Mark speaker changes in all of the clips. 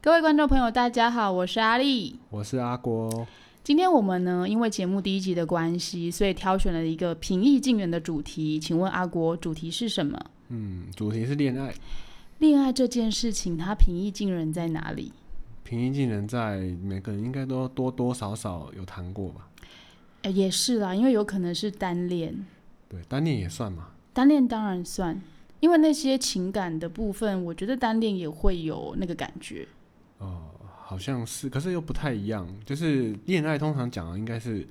Speaker 1: 各位观众朋友，大家好，我是阿丽。
Speaker 2: 我是阿国，
Speaker 1: 今天我们呢，因为节目第一集的关系，所以挑选了一个平易近人的主题。请问阿国，主题是什么？
Speaker 2: 嗯，主题是恋爱，
Speaker 1: 恋爱这件事情，它平易近人在哪里？
Speaker 2: 平易近人，在每个人应该都多多少少有谈过吧？
Speaker 1: 呃，也是啦，因为有可能是单恋，
Speaker 2: 对，单恋也算嘛。
Speaker 1: 单恋当然算，因为那些情感的部分，我觉得单恋也会有那个感觉。
Speaker 2: 哦、好像是，可是又不太一样。就是恋爱通常讲的应该是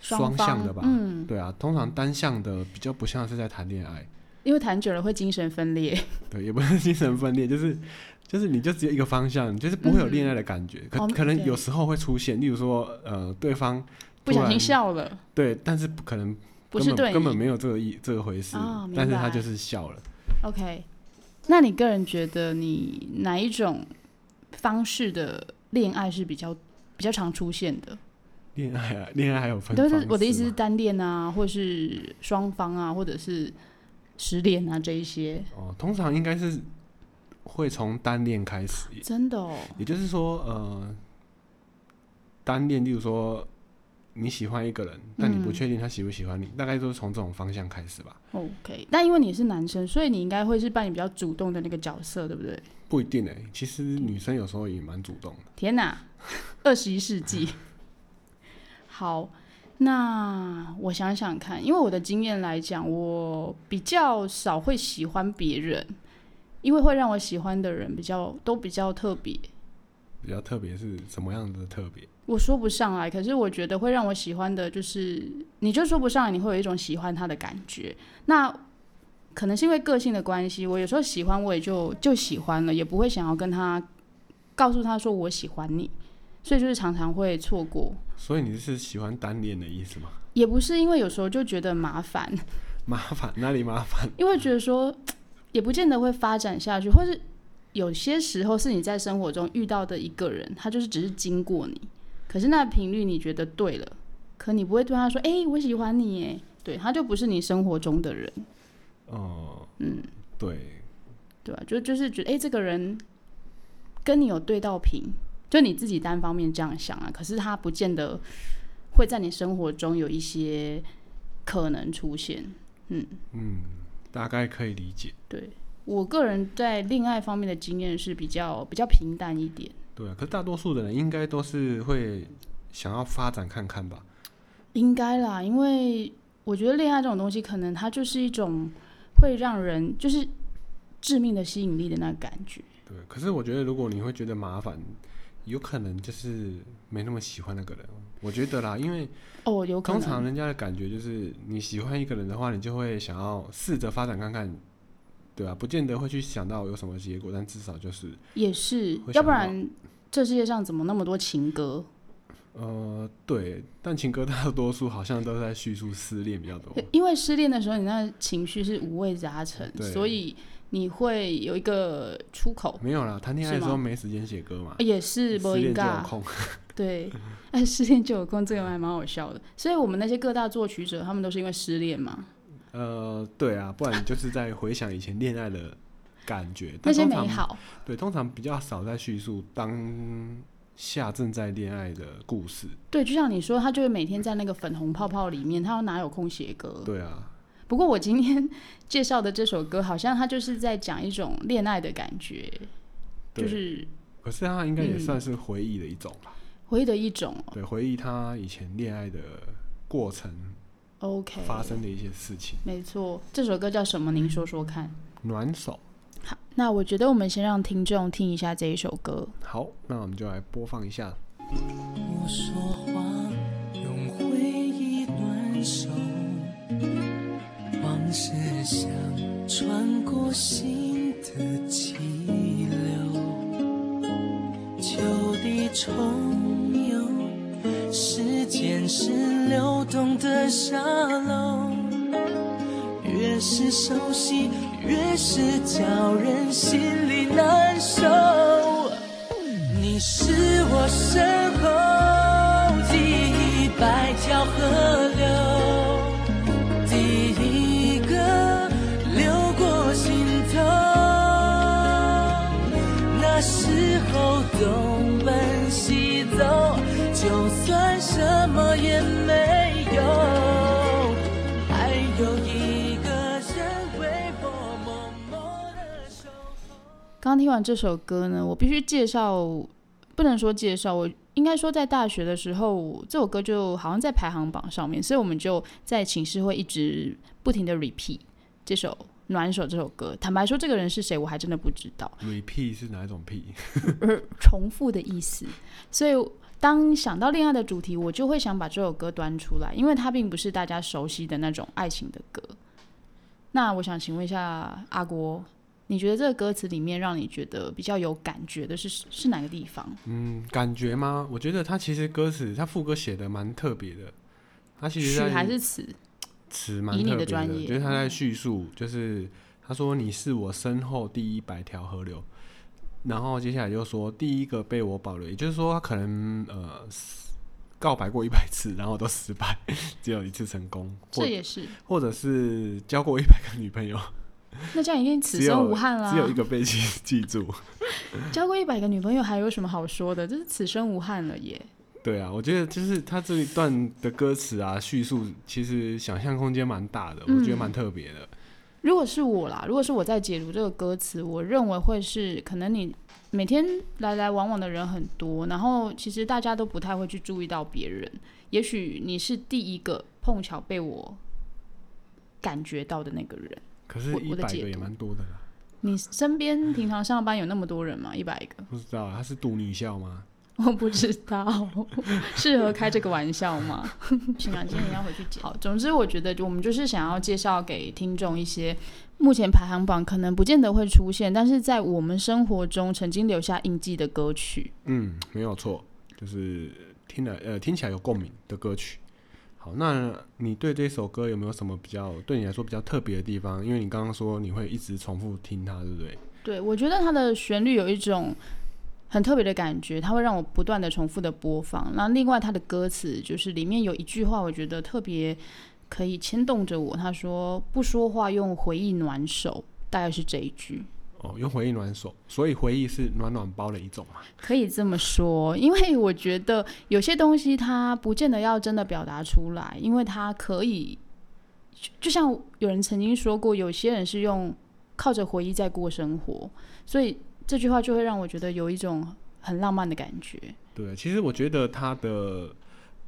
Speaker 2: 双向的吧？
Speaker 1: 方嗯，
Speaker 2: 对啊，通常单向的比较不像是在谈恋爱，
Speaker 1: 因为谈久了会精神分裂。
Speaker 2: 对，也不是精神分裂，就是就是你就只有一个方向，你就是不会有
Speaker 1: 嗯
Speaker 2: 恋爱的感觉。可
Speaker 1: 哦
Speaker 2: 可能
Speaker 1: 对
Speaker 2: 有时候会出现，例如说，呃，对方
Speaker 1: 不小
Speaker 2: 突然
Speaker 1: 心笑了，
Speaker 2: 对，但是不可能
Speaker 1: 不
Speaker 2: 根
Speaker 1: 是
Speaker 2: 本
Speaker 1: 对你
Speaker 2: 根本没有这个意这个回事，
Speaker 1: 哦明
Speaker 2: 但是他
Speaker 1: 白
Speaker 2: 就是笑了。
Speaker 1: OK，那你个人觉得你哪一种方式的恋爱是比较比较常出现的？
Speaker 2: 恋爱啊，恋爱还有分
Speaker 1: 都
Speaker 2: 方
Speaker 1: 是我的意思
Speaker 2: 式
Speaker 1: 是
Speaker 2: 吗
Speaker 1: 单恋啊，或是双方啊，或者是失恋啊这一些，
Speaker 2: 哦，通常应该是会从单恋开始，
Speaker 1: 真的哦，
Speaker 2: 也就是说，呃，单恋，例如说你喜欢一个人，但你不
Speaker 1: 嗯
Speaker 2: 确定他喜不喜欢你，大概都是从这种方向开始吧，
Speaker 1: OK，但因为你是男生，所以你应该会是扮演比较主动的那个角色，对不对？
Speaker 2: 不一定哎、其实女生有时候也蛮主动的，
Speaker 1: 天哪， 二十一世纪。 好，那我想想看，因为我的经验来讲，我比较少会喜欢别人，因为会让我喜欢的人比较都比较特别。
Speaker 2: 比较特别是什么样子的特别？
Speaker 1: 我说不上来，可是我觉得会让我喜欢的，就是你就说不上来，你会有一种喜欢他的感觉。那可能是因为个性的关系，我有时候喜欢我也就就喜欢了，也不会想要跟他告诉他说我喜欢你，所以就是常常会错过。
Speaker 2: 所以你是喜欢单恋的意思吗？
Speaker 1: 也不是因为有时候就觉得麻烦，
Speaker 2: 麻烦哪里麻烦？
Speaker 1: 因为觉得说也不见得会发展下去，或是有些时候是你在生活中遇到的一个人，他就是只是经过你，可是那频率你觉得对了，可你不会对他说：“哎、我喜欢你。”哎，对，他就不是你生活中的人，
Speaker 2: 哦、
Speaker 1: 嗯，
Speaker 2: 对，
Speaker 1: 对吧、就就是觉得哎、诶这个人跟你有对到频，就你自己单方面这样想啊，可是他不见得会在你生活中有一些可能出现。
Speaker 2: 嗯，大概可以理解。
Speaker 1: 对我个人在恋爱方面的经验是比较比较平淡一点，
Speaker 2: 对啊，可是大多数的人应该都是会想要发展看看吧。
Speaker 1: 应该啦，因为我觉得恋爱这种东西，可能它就是一种会让人就是致命的吸引力的那个感觉。
Speaker 2: 对，啊可是我觉得如果你会觉得麻烦，有可能就是没那么喜欢那个人。我觉得啦，因为
Speaker 1: 哦，有可
Speaker 2: 通常
Speaker 1: 能，
Speaker 2: 人家的感觉就是你喜欢一个人的话，你就会想要试着发展看看，对啊，不见得会去想到有什么结果，但至少就是
Speaker 1: 也是，
Speaker 2: 会
Speaker 1: 要不
Speaker 2: 想到
Speaker 1: 然这世界上怎么那么多情歌？
Speaker 2: 呃，对。但情歌大多数好像都是在叙述失恋比较多。
Speaker 1: 因为失恋的时候，你那情绪是五味杂陈，
Speaker 2: 对
Speaker 1: 所以你会有一个出口，
Speaker 2: 没有啦，谈恋爱
Speaker 1: 是
Speaker 2: 的时候
Speaker 1: 吗
Speaker 2: 没时间写歌嘛，
Speaker 1: 也是不
Speaker 2: 失
Speaker 1: 应
Speaker 2: 恋就有
Speaker 1: 该。啊
Speaker 2: 空。
Speaker 1: 对，
Speaker 2: 嗯
Speaker 1: 哎，失恋就有空，这个还蛮好笑的。所以我们那些各大作曲者，他们都是因为失恋嘛。
Speaker 2: 呃，对啊，不然你就是在回想以前恋爱的感觉，
Speaker 1: 那
Speaker 2: 但
Speaker 1: 些
Speaker 2: 通
Speaker 1: 美
Speaker 2: 常
Speaker 1: 好，
Speaker 2: 对，通常比较少在叙述当下正在恋爱的故事。
Speaker 1: 对，就像你说，他就会每天在那个粉红泡泡里面，他要哪有空写歌？
Speaker 2: 对啊，
Speaker 1: 不过我今天 介绍的这首歌，好像他就是在讲一种恋爱的感觉，
Speaker 2: 对，
Speaker 1: 就是
Speaker 2: 可是它应该也
Speaker 1: 嗯
Speaker 2: 算是回忆的一种吧？
Speaker 1: 回忆的一种。
Speaker 2: 对，回忆他以前恋爱的过程
Speaker 1: OK，
Speaker 2: 发生的一些事情。
Speaker 1: 没错，这首歌叫什么？您说说看。
Speaker 2: 暖手，
Speaker 1: 好，那我觉得我们先让听众听一下这一首歌。
Speaker 2: 好，那我们就来播放一下。
Speaker 3: 我说谎，用回忆暖手，往事像穿过心的激流，旧地重游，时间是流动的沙漏，越是熟悉，越是叫人心里难受。你是我身后第一百条河流，第一个流过心头。那的时候东奔西走，就算什么也没有，还有一个人为我默默的守候。
Speaker 1: 刚听完这首歌呢，我必须介绍，不能说介绍，我应该说在大学的时候，这首歌就好像在排行榜上面，所以我们就在寝室会一直不停的 repeat 这首《暖手》这首歌。坦白说，这个人是谁，我还真的不知道。
Speaker 2: repeat 是哪一 种屁？
Speaker 1: 而重复的意思。所以当想到恋爱的主题，我就会想把这首歌端出来，因为它并不是大家熟悉的那种爱情的歌。那我想请问一下阿国，你觉得这个歌词里面让你觉得比较有感觉的是是哪个地方？
Speaker 2: 嗯，感觉吗？我觉得他其实歌词，他副歌写的蛮特别的，他其实
Speaker 1: 曲
Speaker 2: 在
Speaker 1: 还是词？
Speaker 2: 词蛮
Speaker 1: 以
Speaker 2: 特
Speaker 1: 你
Speaker 2: 别
Speaker 1: 的专业
Speaker 2: 就是他在叙述，就是他说你是我身后第一百条河流，然后接下来就说第一个被我保留，也就是说他可能呃死告白过一百次，然后都失败，只有一次成功，或
Speaker 1: 这也是，
Speaker 2: 或者是交过一百个女朋友，
Speaker 1: 那这样已经此
Speaker 2: 只有
Speaker 1: 生无憾啦
Speaker 2: 只。有一个被记记住。
Speaker 1: 交过一百个女朋友，还有什么好说的？这是此生无憾了耶。
Speaker 2: 对啊，我觉得就是他这一段的歌词啊，叙述其实想象空间蛮大的，我觉得
Speaker 1: 嗯
Speaker 2: 蛮特别的。
Speaker 1: 如果是我啦，如果是我在解读这个歌词，我认为会是可能你每天来来往往的人很多，然后其实大家都不太会去注意到别人，也许你是第一个碰巧被我感觉到的那个人。
Speaker 2: 可是，
Speaker 1: 我
Speaker 2: 一
Speaker 1: 我的
Speaker 2: 百
Speaker 1: 解
Speaker 2: 个也
Speaker 1: 读
Speaker 2: 蛮多的啦。
Speaker 1: 你身边平常上班有那么多人吗？一百个，
Speaker 2: 不知道啊他是读你笑吗？
Speaker 1: 我不知道， 适合开这个玩笑吗？行啊，今天也要回去解。好，总之我觉得我们就是想要介绍给听众一些目前排行榜可能不见得会出现，但是在我们生活中曾经留下印记的歌曲。
Speaker 2: 嗯，没有错，就是听了呃听起来有共鸣的歌曲。好，那你对这首歌有没有什么比较对你来说比较特别的地方？因为你刚刚说你会一直重复听它，对不对？
Speaker 1: 对我觉得它的旋律有一种很特别的感觉，它会让我不断的重复的播放。那另外它的歌词就是里面有一句话，我觉得特别可以牵动着我。他说：“不说话用回忆暖手”，大概是这一句。
Speaker 2: 哦，用回忆暖手，所以回忆是暖暖包的一种嘛。
Speaker 1: 可以这么说，因为我觉得有些东西它不见得要真的表达出来，因为它可以，就就像有人曾经说过，有些人是用靠着回忆在过生活，所以这句话就会让我觉得有一种很浪漫的感觉。
Speaker 2: 对，其实我觉得它的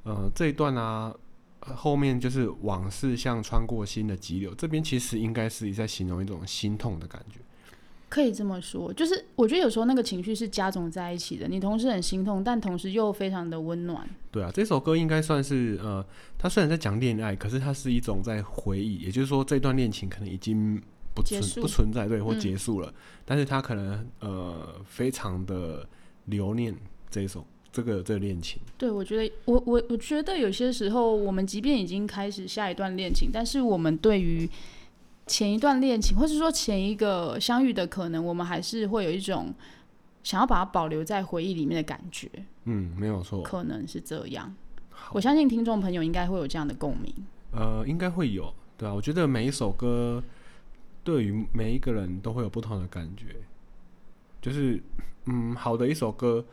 Speaker 2: 呃这一段啊，后面就是往事像穿过心的急流，这边其实应该是在形容一种心痛的感觉。
Speaker 1: 可以这么说，就是我觉得有时候那个情绪是加总在一起的，你同时很心痛，但同时又非常的温暖。
Speaker 2: 对啊，这首歌应该算是呃，它虽然在讲恋爱，可是它是一种在回忆，也就是说这段恋情可能已经不
Speaker 1: 结
Speaker 2: 存
Speaker 1: 束
Speaker 2: 不存在，对，或
Speaker 1: 嗯
Speaker 2: 结束了，但是他可能呃非常的留念这一首这个这个恋情。
Speaker 1: 对，我觉得我我我觉得有些时候，我们即便已经开始下一段恋情，但是我们对于前一段恋情，或是说前一个相遇的可能，我们还是会有一种想要把它保留在回忆里面的感觉，
Speaker 2: 嗯，没有错。
Speaker 1: 可能是这样。
Speaker 2: 好
Speaker 1: 我相信听众朋友应该会有这样的共鸣。
Speaker 2: 呃，应该会有，对啊，我觉得每一首歌对于每一个人都会有不同的感觉，就是嗯，好的一首歌，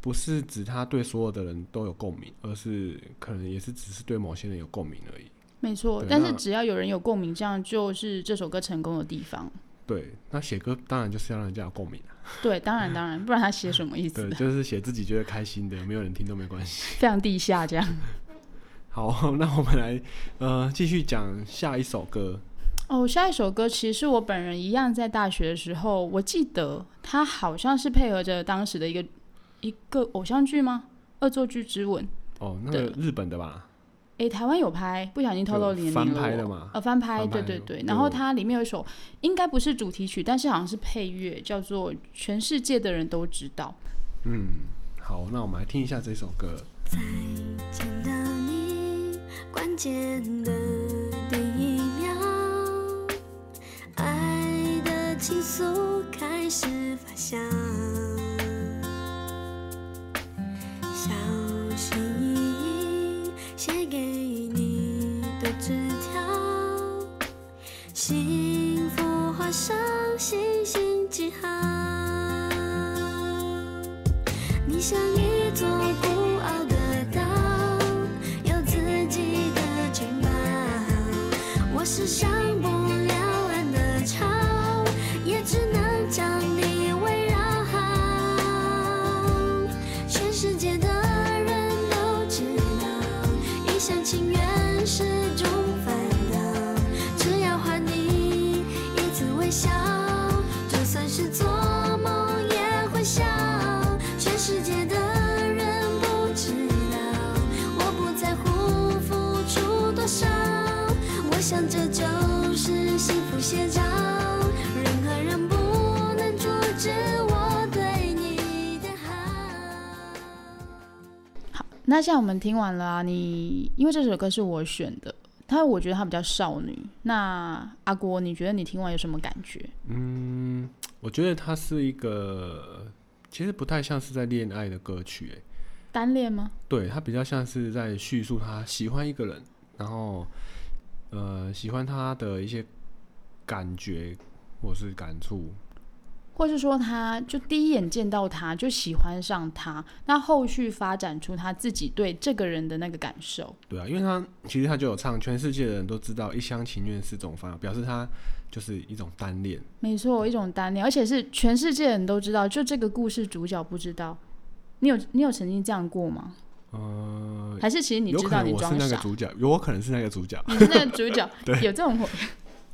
Speaker 2: 不是指它对所有的人都有共鸣，而是可能也是只是对某些人有共鸣而已。
Speaker 1: 没错
Speaker 2: 对，
Speaker 1: 但
Speaker 2: 那
Speaker 1: 是只要有人有共鸣，这样就是这首歌成功的地方。
Speaker 2: 对，那写歌当然就是要让人家有共鸣啊、
Speaker 1: 对，当然当然，不然他写什么意思
Speaker 2: 对，
Speaker 1: 呢？
Speaker 2: 就是写自己觉得开心的，没有人听都没关系。
Speaker 1: 非常地下这样。
Speaker 2: 好，那我们来呃继续讲下一首歌，
Speaker 1: 哦，下一首歌其实是我本人一样在大学的时候，我记得它好像是配合着当时的一个一个偶像剧吗？《恶作剧之吻》
Speaker 2: 哦，那个日本的吧，
Speaker 1: 诶，台湾有拍，不小心透露
Speaker 2: 就
Speaker 1: 年龄
Speaker 2: 翻
Speaker 1: 了我。
Speaker 2: 拍的嘛，
Speaker 1: 呃，翻拍，
Speaker 2: 翻
Speaker 1: 对
Speaker 2: 拍
Speaker 1: 对
Speaker 2: 的
Speaker 1: 对
Speaker 2: 对。
Speaker 1: 然后
Speaker 2: 我
Speaker 1: 它里面有一首，应该不是主题曲，但是好像是配乐，叫做《全世界的人都知道》。
Speaker 2: 嗯，好，那我们来听一下这首歌。
Speaker 4: 再见到你，关键的第一秒，爱的情愫开始发酵，小心翼翼写给你的纸条，幸福画上星星记号。像一座孤傲的岛，有自己的城堡。我是上不了岸的潮，也只能将你围绕。全世界的人都知道，一厢情愿是种烦恼。只要还你一次微笑，就算是做梦也会笑。全世界的人不知道，我不在乎付出多少。我想这就是幸福写照，任何人不能阻止我对你的好。
Speaker 1: 那现在我们听完了啊，你因为这首歌是我选的，它我觉得它比较少女。那阿郭，你觉得你听完有什么感觉？
Speaker 2: 嗯，我觉得它是一个，其实不太像是在恋爱的歌曲、欸，
Speaker 1: 单恋吗？
Speaker 2: 对他比较像是在叙述他喜欢一个人，然后呃喜欢他的一些感觉或是感触。
Speaker 1: 或是说他就第一眼见到他就喜欢上他，那后续发展出他自己对这个人的那个感受，
Speaker 2: 对啊，因为他其实他就有唱，全世界的人都知道一厢情愿是种方法，表示他就是一种单恋。
Speaker 1: 没错，一种单恋，而且是全世界人都知道，就这个故事主角不知道。你有你有曾经这样过吗？
Speaker 2: 呃，
Speaker 1: 还是其实你
Speaker 2: 有
Speaker 1: 知
Speaker 2: 可
Speaker 1: 道
Speaker 2: 能
Speaker 1: 你
Speaker 2: 我是
Speaker 1: 装
Speaker 2: 那个
Speaker 1: 傻？
Speaker 2: 主角，有我可能是那个主角，
Speaker 1: 你是那个主角
Speaker 2: 对，
Speaker 1: 有这种回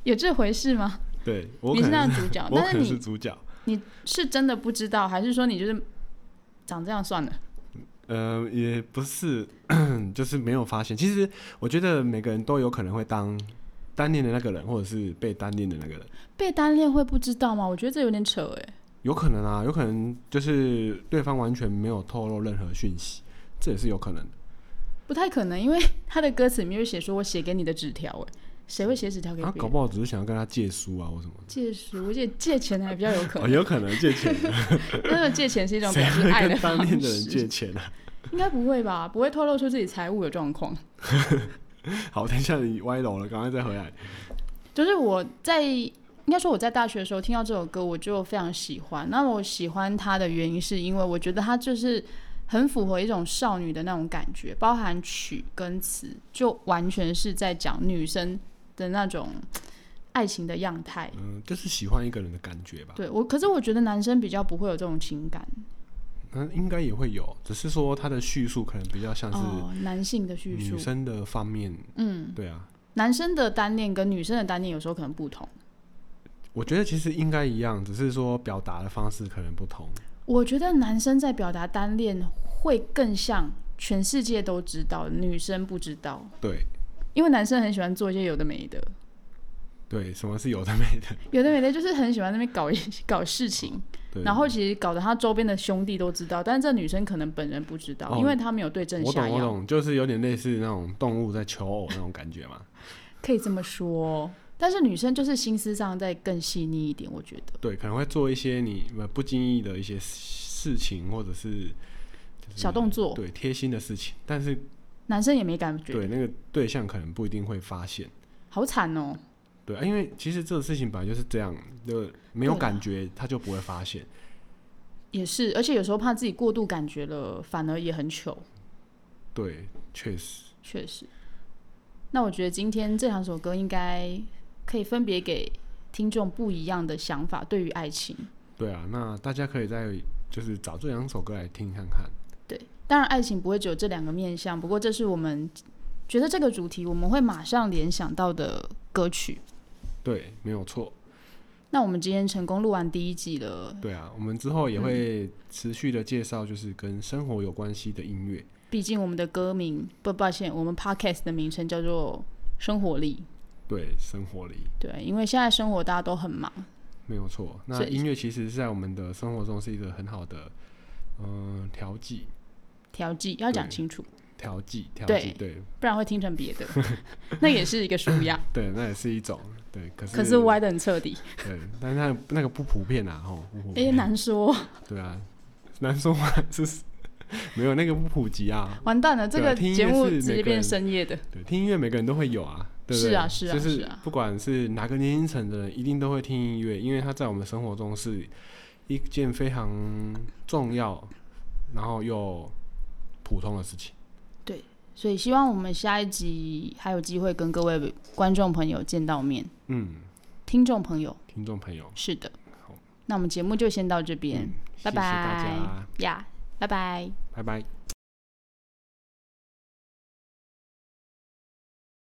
Speaker 1: 有这回事吗？
Speaker 2: 对我
Speaker 1: 你
Speaker 2: 可
Speaker 1: 是那
Speaker 2: 能，
Speaker 1: 个主角
Speaker 2: 我
Speaker 1: 但
Speaker 2: 可
Speaker 1: 是
Speaker 2: 能是
Speaker 1: 你
Speaker 2: 主角。
Speaker 1: 你是真的不知道，还是说你就是长这样算了？
Speaker 2: 呃，也不是， 就是没有发现。其实我觉得每个人都有可能会当单恋的那个人，或者是被单恋的那个人，
Speaker 1: 被单恋会不知道吗？我觉得这有点扯哎、
Speaker 2: 有可能啊，有可能就是对方完全没有透露任何讯息，这也是有可能的。
Speaker 1: 不太可能，因为他的歌词里面就写说我写给你的纸条哎、谁会写纸条给别
Speaker 2: 啊
Speaker 1: 人？，
Speaker 2: 搞不好只是想要跟他借书啊，或什么的。
Speaker 1: 借书借借钱还比较有可
Speaker 2: 哦，
Speaker 1: 能，
Speaker 2: 有可能借钱，啊
Speaker 1: 那个借钱是 一种
Speaker 2: 谁
Speaker 1: 表示
Speaker 2: 会
Speaker 1: 爱
Speaker 2: 跟
Speaker 1: 方
Speaker 2: 单
Speaker 1: 式。
Speaker 2: 恋的人借 钱啊？
Speaker 1: 应该不会吧？不会透露出自己财务的状况。
Speaker 2: 好，等一下你歪楼了，赶快再回来。
Speaker 1: 就是我在应该说我在大学的时候听到这首歌，我就非常喜欢。那我喜欢它的原因是因为我觉得它就是很符合一种少女的那种感觉，包含曲跟词，就完全是在讲女生的那种爱情的样态。
Speaker 2: 嗯，就是喜欢一个人的感觉吧。
Speaker 1: 对我，可是我觉得男生比较不会有这种情感
Speaker 2: 嗯，应该也会有，只是说他的叙述可能比较像是
Speaker 1: 哦，男性的叙述
Speaker 2: 女，生的方面。
Speaker 1: 嗯，
Speaker 2: 对啊，
Speaker 1: 男生的单恋跟女生的单恋有时候可能不同。
Speaker 2: 我觉得其实应该一样，只是说表达的方式可能不同。
Speaker 1: 我觉得男生在表达单恋会更像全世界都知道，女生不知道，
Speaker 2: 对
Speaker 1: 因为男生很喜欢做一些有的没的，
Speaker 2: 对，什么是有的没的？
Speaker 1: 有的没的就是很喜欢那边搞一 搞事情，
Speaker 2: 哦对，
Speaker 1: 然后其实搞得他周边的兄弟都知道，但是这女生可能本人不知道，
Speaker 2: 哦
Speaker 1: 因为她没有对症
Speaker 2: 我
Speaker 1: 下
Speaker 2: 懂我
Speaker 1: 药，
Speaker 2: 懂，就是有点类似那种动物在求偶那种感觉嘛。
Speaker 1: 可以这么说。但是女生就是心思上再更细腻一点，我觉得
Speaker 2: 对，可能会做一些你呃不经意的一些事情，或者是就是
Speaker 1: 小动作
Speaker 2: 对贴心的事情，但是
Speaker 1: 男生也没感觉，
Speaker 2: 对那个对象可能不一定会发现。
Speaker 1: 好惨哦。
Speaker 2: 对，啊因为其实这个事情本来就是这样，就没有
Speaker 1: 对啊
Speaker 2: 感觉，他就不会发现。
Speaker 1: 也是，而且有时候怕自己过度感觉了，反而也很糗。
Speaker 2: 对，确实。
Speaker 1: 确实。那我觉得今天这两首歌应该可以分别给听众不一样的想法，对于爱情。
Speaker 2: 对啊，那大家可以再就是找这两首歌来听看看。
Speaker 1: 对，当然爱情不会只有这两个面向，不过这是我们觉得这个主题我们会马上联想到的歌曲。
Speaker 2: 对，没有错。
Speaker 1: 那我们今天成功录完第一季了，
Speaker 2: 对啊，我们之后也
Speaker 1: 嗯
Speaker 2: 会持续的介绍，就是跟生活有关系的音乐。
Speaker 1: 毕竟我们的歌名不抱歉，我们 podcast 的名称叫做《生活力》。
Speaker 2: 对，生活里
Speaker 1: 对，因为现在生活大家都很忙，
Speaker 2: 没有错。那
Speaker 1: 所以
Speaker 2: 音乐其实是在我们的生活中是一个很好的，嗯、调剂、
Speaker 1: 调剂要讲
Speaker 2: 对
Speaker 1: 清楚，
Speaker 2: 调剂、调
Speaker 1: 对
Speaker 2: 剂。对，
Speaker 1: 不然会听成别的， 那也是一个舒压，
Speaker 2: 对，那也是一种。对，可是
Speaker 1: 可是歪的很彻底。
Speaker 2: 对，但是那个那个不普遍啊，吼，不普
Speaker 1: 哎、
Speaker 2: 遍。
Speaker 1: 难说，
Speaker 2: 对啊，难说嘛，是没有那个不普及啊。
Speaker 1: 完蛋了，这
Speaker 2: 对啊
Speaker 1: 个
Speaker 2: 听音乐
Speaker 1: 节目
Speaker 2: 是
Speaker 1: 直接
Speaker 2: 每个人
Speaker 1: 变深夜的。
Speaker 2: 对，听音乐每个人都会有啊，对不
Speaker 1: 是
Speaker 2: 对？
Speaker 1: 啊是啊
Speaker 2: 就是
Speaker 1: 啊
Speaker 2: 不管是哪个年龄层的人，一定都会听音乐，因为它在我们生活中是一件非常重要，然后又普通的事情。
Speaker 1: 所以希望我们下一集还有机会跟各位观众朋友见到面，
Speaker 2: 嗯，
Speaker 1: 听众朋友，
Speaker 2: 听众朋友，
Speaker 1: 是的
Speaker 2: 好。
Speaker 1: 那我们节目就先到这边
Speaker 2: 嗯，
Speaker 1: 拜
Speaker 2: 谢谢大家，
Speaker 1: 呀，拜拜。
Speaker 2: 拜拜。